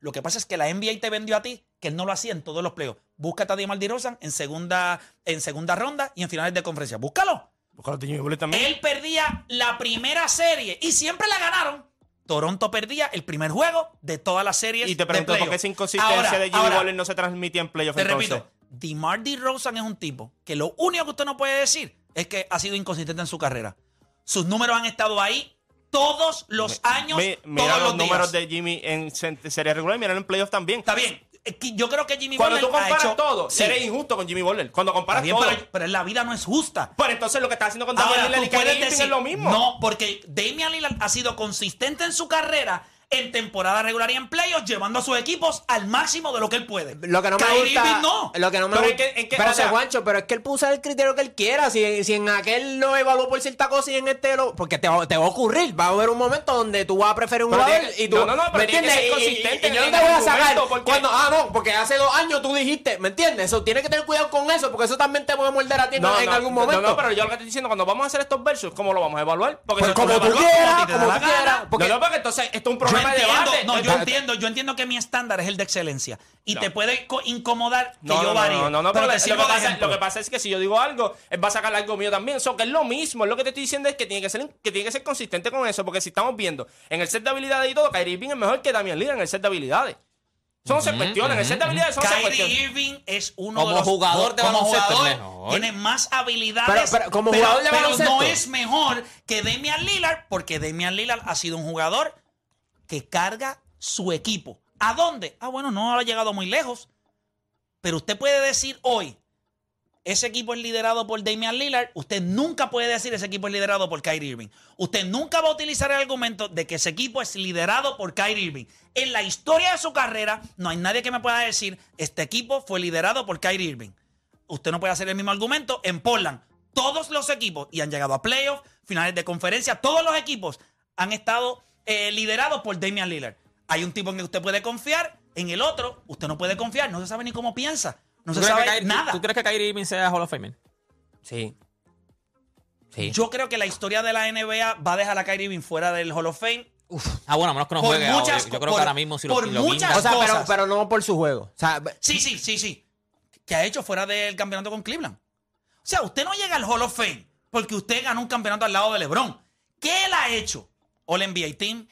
[SPEAKER 1] Lo que pasa es que la NBA te vendió a ti que él no lo hacía en todos los playoffs. Búscate a Dimal DeRozan en segunda, en segunda ronda y en finales de conferencia. Búscalo.
[SPEAKER 4] Porque Jimmy Butler también.
[SPEAKER 1] Él perdía la primera serie y siempre la ganaron. Toronto perdía el primer juego de todas las series.
[SPEAKER 4] Y te
[SPEAKER 1] de
[SPEAKER 4] pregunto por
[SPEAKER 1] playoff.
[SPEAKER 4] qué esa inconsistencia
[SPEAKER 1] Ahora,
[SPEAKER 4] de Jimmy
[SPEAKER 1] ahora,
[SPEAKER 4] Butler no se transmitía en playoff
[SPEAKER 1] te
[SPEAKER 4] entonces.
[SPEAKER 1] repito, DeMar DeRozan es un tipo que lo único que usted no puede decir es que ha sido inconsistente en su carrera. Sus números han estado ahí todos los años,
[SPEAKER 4] Ve- mira
[SPEAKER 1] todos
[SPEAKER 4] los,
[SPEAKER 1] los, días.
[SPEAKER 4] números de Jimmy en sen- serie regular y mira en playoff también.
[SPEAKER 1] Está bien. Es que Yo creo que Jimmy
[SPEAKER 4] Cuando
[SPEAKER 1] Butler
[SPEAKER 4] tú comparas
[SPEAKER 1] ha hecho-
[SPEAKER 4] todo,
[SPEAKER 1] Sí.
[SPEAKER 4] eres injusto con Jimmy Butler. Cuando
[SPEAKER 1] Está
[SPEAKER 4] comparas
[SPEAKER 1] bien,
[SPEAKER 4] todo.
[SPEAKER 1] pero, pero la vida no es justa.
[SPEAKER 4] Pero entonces lo que está haciendo con
[SPEAKER 1] Ahora,
[SPEAKER 4] Damian Lillard y
[SPEAKER 1] tú
[SPEAKER 4] Kyrie
[SPEAKER 1] puedes
[SPEAKER 4] Irving
[SPEAKER 1] decir,
[SPEAKER 4] es lo mismo.
[SPEAKER 1] no, porque Damian Lillard ha sido consistente en su carrera en temporada regular y en playoffs, llevando a sus equipos al máximo de lo que él puede.
[SPEAKER 2] Lo que no me
[SPEAKER 1] Kyrie
[SPEAKER 2] gusta.
[SPEAKER 1] Irving no.
[SPEAKER 2] Lo que no me
[SPEAKER 4] Pero
[SPEAKER 2] gusta.
[SPEAKER 4] es que- es que,
[SPEAKER 2] pero
[SPEAKER 4] o sea-
[SPEAKER 2] Juancho, pero es que él puso el criterio que él quiera. Si, si en aquel lo evaluó por cierta cosa y en este lo. Porque te, va- te va a ocurrir. Va a haber un momento donde tú vas a preferir un
[SPEAKER 4] Pero
[SPEAKER 2] jugador
[SPEAKER 4] tiene que-
[SPEAKER 2] y tú.
[SPEAKER 4] no, no, no, pero
[SPEAKER 2] ¿Me
[SPEAKER 4] tiene que
[SPEAKER 2] entiendes?
[SPEAKER 4] ser
[SPEAKER 2] Y- y-
[SPEAKER 4] consistente
[SPEAKER 2] y yo no
[SPEAKER 4] en
[SPEAKER 2] te
[SPEAKER 4] el
[SPEAKER 2] voy a sacar.
[SPEAKER 4] argumento, porque-
[SPEAKER 2] Cuando, ah, no, porque hace dos años tú dijiste. ¿Me entiendes? Eso tienes que tener cuidado con eso. Porque eso también te puede morder a ti en- en algún momento.
[SPEAKER 4] No, no, pero yo lo que estoy diciendo, cuando vamos a hacer estos versos, ¿cómo lo vamos a evaluar? Porque
[SPEAKER 2] Pues
[SPEAKER 4] eso
[SPEAKER 2] como
[SPEAKER 4] es
[SPEAKER 2] tú
[SPEAKER 4] una evaluación.
[SPEAKER 1] como
[SPEAKER 2] quieras,
[SPEAKER 1] a ti te da
[SPEAKER 2] como
[SPEAKER 1] la
[SPEAKER 2] tú
[SPEAKER 1] gana.
[SPEAKER 2] quieras. Porque
[SPEAKER 4] No, no, porque entonces esto es un
[SPEAKER 1] Yo
[SPEAKER 4] problema de
[SPEAKER 1] entiendo,
[SPEAKER 4] debate.
[SPEAKER 1] no, yo
[SPEAKER 4] Entonces-
[SPEAKER 1] entiendo, yo entiendo que mi estándar es el de excelencia y te puede co- incomodar que
[SPEAKER 4] No,
[SPEAKER 1] yo
[SPEAKER 4] no,
[SPEAKER 1] varíe.
[SPEAKER 4] no, no, no,
[SPEAKER 1] pero
[SPEAKER 4] porque
[SPEAKER 1] te
[SPEAKER 4] lo,
[SPEAKER 1] sirvo
[SPEAKER 4] que
[SPEAKER 1] de
[SPEAKER 4] pasa,
[SPEAKER 1] ejemplo.
[SPEAKER 4] lo que pasa es que si yo digo algo, él va a sacar algo mío también. Eso que es lo mismo. Lo que te estoy diciendo es que tiene que ser, que tiene que ser consistente con eso. Porque si estamos viendo en el set de habilidades y todo, Kyrie Irving es mejor que Damian Lillard en el set de habilidades. Son 11 cuestiones. El set de habilidades son 11
[SPEAKER 1] Kyrie
[SPEAKER 4] cuestiones.
[SPEAKER 1] Irving es uno
[SPEAKER 3] Como
[SPEAKER 1] de los
[SPEAKER 3] jugador de
[SPEAKER 1] como
[SPEAKER 3] baloncesto es
[SPEAKER 1] jugador,
[SPEAKER 3] mejor.
[SPEAKER 1] tiene más habilidades
[SPEAKER 2] Pero- pero como jugador de
[SPEAKER 1] pero no
[SPEAKER 2] baloncesto.
[SPEAKER 1] es mejor que Demian Lillard porque Demian Lillard ha sido un jugador que carga su equipo ¿a dónde? ah bueno no ha llegado muy lejos pero usted puede decir hoy ese equipo es liderado por Damian Lillard. Usted nunca puede decir ese equipo es liderado por Kyrie Irving. Usted nunca va a utilizar el argumento de que ese equipo es liderado por Kyrie Irving. En la historia de su carrera, no hay nadie que me pueda decir este equipo fue liderado por Kyrie Irving. Usted no puede hacer el mismo argumento en Portland. Todos los equipos, y han llegado a playoffs, finales de conferencia, todos los equipos han estado eh, liderados por Damian Lillard. Hay un tipo en el que usted puede confiar, en el otro usted no puede confiar, no se sabe ni cómo piensa, no
[SPEAKER 3] ¿Tú
[SPEAKER 1] se
[SPEAKER 3] crees
[SPEAKER 1] sabe
[SPEAKER 3] que Kyrie-
[SPEAKER 1] nada.
[SPEAKER 3] ¿Tú crees que Kyrie Irving sea Hall of Famer?
[SPEAKER 2] Sí. Sí.
[SPEAKER 1] Yo creo que la historia de la NBA va a dejar a Kyrie Irving fuera del Hall of Fame.
[SPEAKER 3] Ah, bueno, a menos que no
[SPEAKER 1] Por
[SPEAKER 3] juegue.
[SPEAKER 1] muchas
[SPEAKER 3] ahora. yo
[SPEAKER 1] co-
[SPEAKER 3] creo
[SPEAKER 1] por-
[SPEAKER 3] que ahora mismo si lo,
[SPEAKER 1] por
[SPEAKER 3] si lo
[SPEAKER 1] muchas
[SPEAKER 3] guinda-
[SPEAKER 2] O sea, pero,
[SPEAKER 1] cosas.
[SPEAKER 2] pero no por su juego. O sea,
[SPEAKER 1] Sí, sí, sí, sí. Que ha hecho fuera del campeonato con Cleveland. O sea, usted no llega al Hall of Fame porque usted ganó un campeonato al lado de LeBron. ¿Qué él ha hecho? All NBA Team,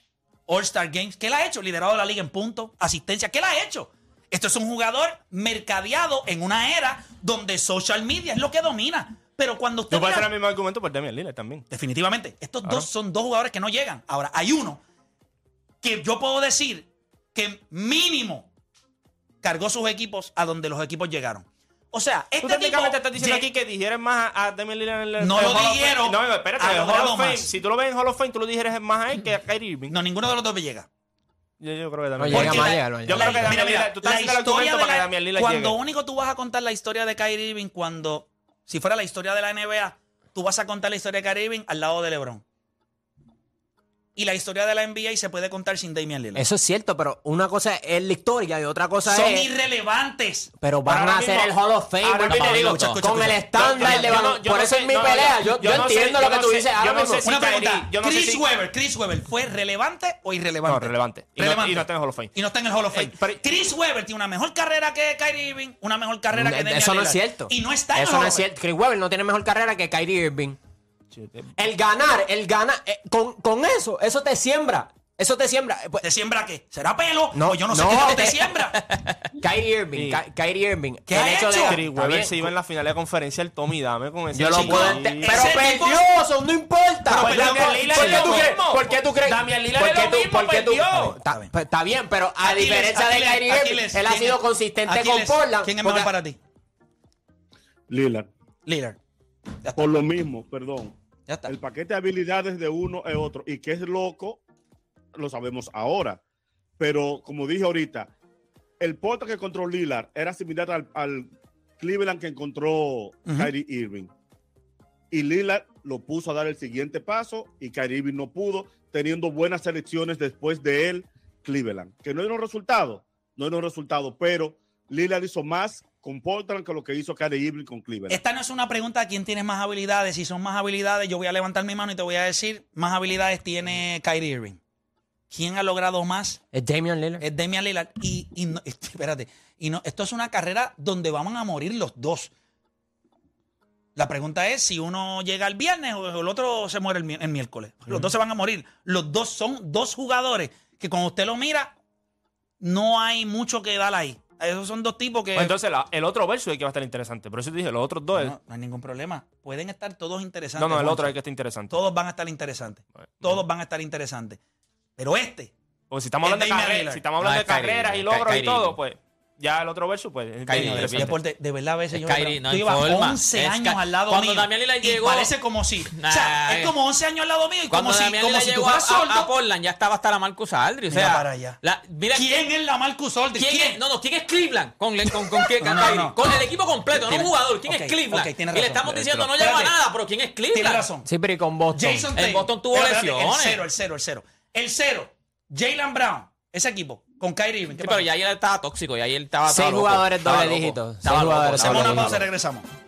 [SPEAKER 1] All Star Games. ¿Qué él ha hecho? Liderado de la liga en puntos, asistencia. ¿Qué él ha hecho? Esto es un jugador mercadeado en una era donde social media es lo que domina. Pero cuando usted
[SPEAKER 4] Yo puedo
[SPEAKER 1] gana-
[SPEAKER 4] hacer el mismo argumento por Damian Lillard también.
[SPEAKER 1] Definitivamente. Estos
[SPEAKER 4] Claro.
[SPEAKER 1] dos son dos jugadores que no llegan. Ahora, hay uno que yo puedo decir que mínimo cargó sus equipos a donde los equipos llegaron. O sea,
[SPEAKER 4] Tú
[SPEAKER 1] este tipo
[SPEAKER 4] técnicamente estás diciendo
[SPEAKER 1] lleg-
[SPEAKER 4] aquí que dijeras más a, a Damian Lillard en el
[SPEAKER 1] No
[SPEAKER 4] en
[SPEAKER 1] lo
[SPEAKER 4] Hall of Fame.
[SPEAKER 1] dijeron.
[SPEAKER 4] No, espérate,
[SPEAKER 1] Ha
[SPEAKER 4] en Hall
[SPEAKER 1] logrado
[SPEAKER 4] of Fame.
[SPEAKER 1] más.
[SPEAKER 4] Si tú lo ves en Hall of Fame, tú lo dijeras más a él que a Kyrie Irving.
[SPEAKER 1] No, ninguno de los dos me llega.
[SPEAKER 4] Yo, yo creo
[SPEAKER 2] No
[SPEAKER 4] que Damian
[SPEAKER 2] llega
[SPEAKER 4] Porque
[SPEAKER 2] más,
[SPEAKER 4] la-
[SPEAKER 2] llega, no llega.
[SPEAKER 4] Yo creo que
[SPEAKER 1] Mira,
[SPEAKER 4] Damian
[SPEAKER 1] mira,
[SPEAKER 4] Lillard,
[SPEAKER 1] la
[SPEAKER 4] tú estás haciendo el
[SPEAKER 1] historia
[SPEAKER 4] argumento
[SPEAKER 1] de
[SPEAKER 4] para que
[SPEAKER 1] la-
[SPEAKER 4] Damian Lillard
[SPEAKER 1] Cuando
[SPEAKER 4] llegue.
[SPEAKER 1] único tú vas a contar la historia de Kyrie Irving, cuando, si fuera la historia de la NBA, tú vas a contar la historia de Kyrie Irving al lado de LeBron. Y la historia de la NBA se puede contar sin Damian Lillard.
[SPEAKER 2] eso es cierto, pero una cosa es la historia y otra cosa
[SPEAKER 1] Son
[SPEAKER 2] es.
[SPEAKER 1] irrelevantes.
[SPEAKER 2] Pero van
[SPEAKER 4] Ahora
[SPEAKER 2] a hacer
[SPEAKER 4] mismo-
[SPEAKER 2] el Hall of Fame.
[SPEAKER 4] ahora
[SPEAKER 2] hermano.
[SPEAKER 4] mismo te digo,
[SPEAKER 2] con
[SPEAKER 4] escucha,
[SPEAKER 1] escucha,
[SPEAKER 2] el
[SPEAKER 1] escucha.
[SPEAKER 2] estándar
[SPEAKER 4] Yo-
[SPEAKER 2] de
[SPEAKER 4] yo
[SPEAKER 2] Van-
[SPEAKER 4] no- yo
[SPEAKER 2] Por
[SPEAKER 4] no
[SPEAKER 2] eso
[SPEAKER 4] sé-
[SPEAKER 2] es mi
[SPEAKER 4] no, no,
[SPEAKER 2] pelea.
[SPEAKER 4] yo-
[SPEAKER 2] Yo, yo
[SPEAKER 4] yo no sé-
[SPEAKER 2] entiendo
[SPEAKER 4] yo
[SPEAKER 2] lo que
[SPEAKER 4] no
[SPEAKER 2] tú
[SPEAKER 4] sé-
[SPEAKER 2] dices
[SPEAKER 4] yo
[SPEAKER 2] ahora
[SPEAKER 4] no
[SPEAKER 2] mismo.
[SPEAKER 4] sé si-
[SPEAKER 1] Una pregunta.
[SPEAKER 4] Kyrie, yo no sé
[SPEAKER 1] Chris
[SPEAKER 4] si-
[SPEAKER 1] Weber, Chris Weber, ¿fue relevante o irrelevante?
[SPEAKER 4] No, relevante. Y no- y no está en el Hall of Fame.
[SPEAKER 1] Y no está en el Hall of Fame.
[SPEAKER 4] Eh, pero-
[SPEAKER 1] Chris Weber tiene una mejor carrera que Kyrie Irving, una mejor carrera que Damian
[SPEAKER 2] Eso no es
[SPEAKER 1] Lillard.
[SPEAKER 2] cierto.
[SPEAKER 1] Y no está en el
[SPEAKER 2] Eso
[SPEAKER 1] Hall
[SPEAKER 2] no
[SPEAKER 1] of
[SPEAKER 2] es
[SPEAKER 1] Fame.
[SPEAKER 2] cierto. Chris Webber no tiene mejor carrera que Kyrie Irving. El ganar, el ganar, eh, con, con eso, eso te siembra. Eso te siembra. Eh, pues,
[SPEAKER 1] ¿Te siembra qué? ¿Será pelo? No,
[SPEAKER 2] No,
[SPEAKER 1] yo no, sé
[SPEAKER 2] no,
[SPEAKER 1] qué es lo que te
[SPEAKER 2] te-
[SPEAKER 1] siembra.
[SPEAKER 4] Eh,
[SPEAKER 2] Kyrie Irving, Ky- Kyrie Irving.
[SPEAKER 1] ¿Qué ha hecho?
[SPEAKER 4] Kyrie
[SPEAKER 2] está
[SPEAKER 4] Weber
[SPEAKER 2] bien,
[SPEAKER 4] se iba en la final de conferencia el Tommy Dame con ese
[SPEAKER 2] Yo lo
[SPEAKER 4] chico
[SPEAKER 2] puedo
[SPEAKER 4] ahí.
[SPEAKER 2] entender.
[SPEAKER 1] ese
[SPEAKER 2] Pero
[SPEAKER 1] tipo-
[SPEAKER 2] perdió, eso no importa.
[SPEAKER 1] Pero
[SPEAKER 2] ¿Por
[SPEAKER 1] perdió
[SPEAKER 2] qué-
[SPEAKER 1] con Lillard
[SPEAKER 2] ¿Por
[SPEAKER 1] y
[SPEAKER 2] qué
[SPEAKER 1] lo
[SPEAKER 2] tú crees?
[SPEAKER 4] mismo.
[SPEAKER 2] ¿Por qué tú crees?
[SPEAKER 4] Damian Lillard
[SPEAKER 2] ¿Por
[SPEAKER 4] es
[SPEAKER 2] qué
[SPEAKER 4] lo
[SPEAKER 2] tú-
[SPEAKER 4] mismo,
[SPEAKER 2] por qué tú-
[SPEAKER 4] perdió.
[SPEAKER 2] Está bien, está- está bien, pero a
[SPEAKER 1] Aquiles,
[SPEAKER 2] diferencia de
[SPEAKER 1] Aquiles,
[SPEAKER 2] Kyrie
[SPEAKER 1] Aquiles,
[SPEAKER 2] Irving, él ha
[SPEAKER 1] ¿quién
[SPEAKER 2] sido
[SPEAKER 1] es?
[SPEAKER 2] consistente con
[SPEAKER 1] Aquiles,
[SPEAKER 2] Portland.
[SPEAKER 1] ¿Quién es mejor
[SPEAKER 2] porque-
[SPEAKER 1] para ti?
[SPEAKER 5] Lillard.
[SPEAKER 1] Lillard. Ya está.
[SPEAKER 5] Por lo mismo, perdón.
[SPEAKER 1] Ya está.
[SPEAKER 5] El paquete de habilidades de uno es otro. Y que es loco, lo sabemos ahora. Pero como dije ahorita, el porte que encontró Lillard era similar al, al Cleveland que encontró Kyrie Irving. Y Lillard lo puso a dar el siguiente paso y Kyrie Irving no pudo, teniendo buenas selecciones después de él, Cleveland. Que no era un resultado, no era un resultado, pero Lillard hizo más con Portland que lo que hizo Kyrie Irving con Cleveland.
[SPEAKER 1] Esta no es una pregunta de quién tiene más habilidades. Si son más habilidades, yo voy a levantar mi mano y te voy a decir, más habilidades tiene Kyrie Irving. ¿Quién ha logrado más
[SPEAKER 2] Es Damian Lillard.
[SPEAKER 1] es Damian Lillard. Y, y no- este, espérate, y no, esto es una carrera donde vamos a morir los dos. La pregunta es si uno llega el viernes o el otro se muere el, mi- el miércoles. Los dos se van a morir. Los dos son dos jugadores que cuando usted lo mira, no hay mucho que dar ahí. Esos son dos tipos que...
[SPEAKER 4] Pues entonces la- el otro verso es que va a estar interesante. Por eso te dije, los otros dos. es-
[SPEAKER 1] no, no hay ningún problema. Pueden estar todos interesantes.
[SPEAKER 4] No, no, el
[SPEAKER 1] Juancho.
[SPEAKER 4] otro es el que está interesante.
[SPEAKER 1] Todos van a estar interesantes. Todos van a estar interesantes. Pero este,
[SPEAKER 4] Porque si estamos
[SPEAKER 1] Es
[SPEAKER 4] hablando de
[SPEAKER 1] Damian
[SPEAKER 4] carreras,
[SPEAKER 1] Lillard.
[SPEAKER 4] si estamos hablando
[SPEAKER 3] No,
[SPEAKER 4] de
[SPEAKER 3] es Kyrie,
[SPEAKER 4] carreras y
[SPEAKER 3] Ky-
[SPEAKER 4] logros y
[SPEAKER 3] Kyrie.
[SPEAKER 4] todo, pues ya el otro verso, pues. es
[SPEAKER 3] Kyrie,
[SPEAKER 4] interesante.
[SPEAKER 3] Fíjate.
[SPEAKER 1] deporte, de verdad a veces
[SPEAKER 3] Es
[SPEAKER 1] yo
[SPEAKER 3] Kyrie,
[SPEAKER 1] me pregunto,
[SPEAKER 3] no
[SPEAKER 1] tú
[SPEAKER 3] hay
[SPEAKER 1] llevas
[SPEAKER 3] forma.
[SPEAKER 1] 11
[SPEAKER 3] Es
[SPEAKER 1] años
[SPEAKER 3] Ky-
[SPEAKER 1] al lado
[SPEAKER 3] cuando
[SPEAKER 1] mío.
[SPEAKER 3] Damian Lillard
[SPEAKER 1] y
[SPEAKER 3] llegó-
[SPEAKER 1] parece como si, o sea,
[SPEAKER 3] Nah,
[SPEAKER 1] es
[SPEAKER 3] eh.
[SPEAKER 1] como 11 años al lado mío y
[SPEAKER 3] Cuando
[SPEAKER 1] como si,
[SPEAKER 3] Damian
[SPEAKER 1] como
[SPEAKER 3] Lillard
[SPEAKER 1] si tú
[SPEAKER 3] llegó
[SPEAKER 1] fueras
[SPEAKER 3] a, a
[SPEAKER 1] sordo.
[SPEAKER 3] Portland, ya estaba hasta la Marcus Aldridge. O
[SPEAKER 1] Mira
[SPEAKER 3] sea,
[SPEAKER 1] para allá.
[SPEAKER 3] la- mira, eh,
[SPEAKER 1] ¿Quién es la Marcus Aldridge?
[SPEAKER 3] ¿Quién, es? No, no, ¿quién es Cleveland? ¿Con, le- con, con, qué-
[SPEAKER 1] No,
[SPEAKER 3] con,
[SPEAKER 1] no,
[SPEAKER 3] Kyrie?
[SPEAKER 1] no.
[SPEAKER 3] Con el equipo completo, no
[SPEAKER 1] Tiene-
[SPEAKER 3] un jugador. ¿Quién
[SPEAKER 1] ok,
[SPEAKER 3] es Cleveland?
[SPEAKER 1] ok, tienes
[SPEAKER 3] y le
[SPEAKER 1] razón.
[SPEAKER 3] estamos diciendo, no lleva
[SPEAKER 1] Espérate.
[SPEAKER 3] nada, pero ¿quién es Cleveland?
[SPEAKER 1] Tiene razón.
[SPEAKER 2] Sí, pero y con Boston.
[SPEAKER 1] Jason
[SPEAKER 3] El
[SPEAKER 1] Tatum.
[SPEAKER 3] Boston tuvo
[SPEAKER 1] Espérate, espérate,
[SPEAKER 3] lesiones.
[SPEAKER 1] El cero, el cero, el cero. El cero. Jalen Brown. Ese equipo. Con Kyrie Irving. ¿Qué
[SPEAKER 3] Sí, pero
[SPEAKER 1] pasó?
[SPEAKER 3] ya ayer estaba tóxico, ya ayer estaba.
[SPEAKER 2] Seis
[SPEAKER 3] estaba loco,
[SPEAKER 2] jugadores
[SPEAKER 3] estaba
[SPEAKER 2] doble
[SPEAKER 3] loco,
[SPEAKER 2] dígitos,
[SPEAKER 3] estaba
[SPEAKER 2] seis
[SPEAKER 3] loco,
[SPEAKER 2] jugadores
[SPEAKER 3] estaba
[SPEAKER 1] Hacemos
[SPEAKER 2] doble
[SPEAKER 1] una
[SPEAKER 3] loco.
[SPEAKER 1] pausa y regresamos.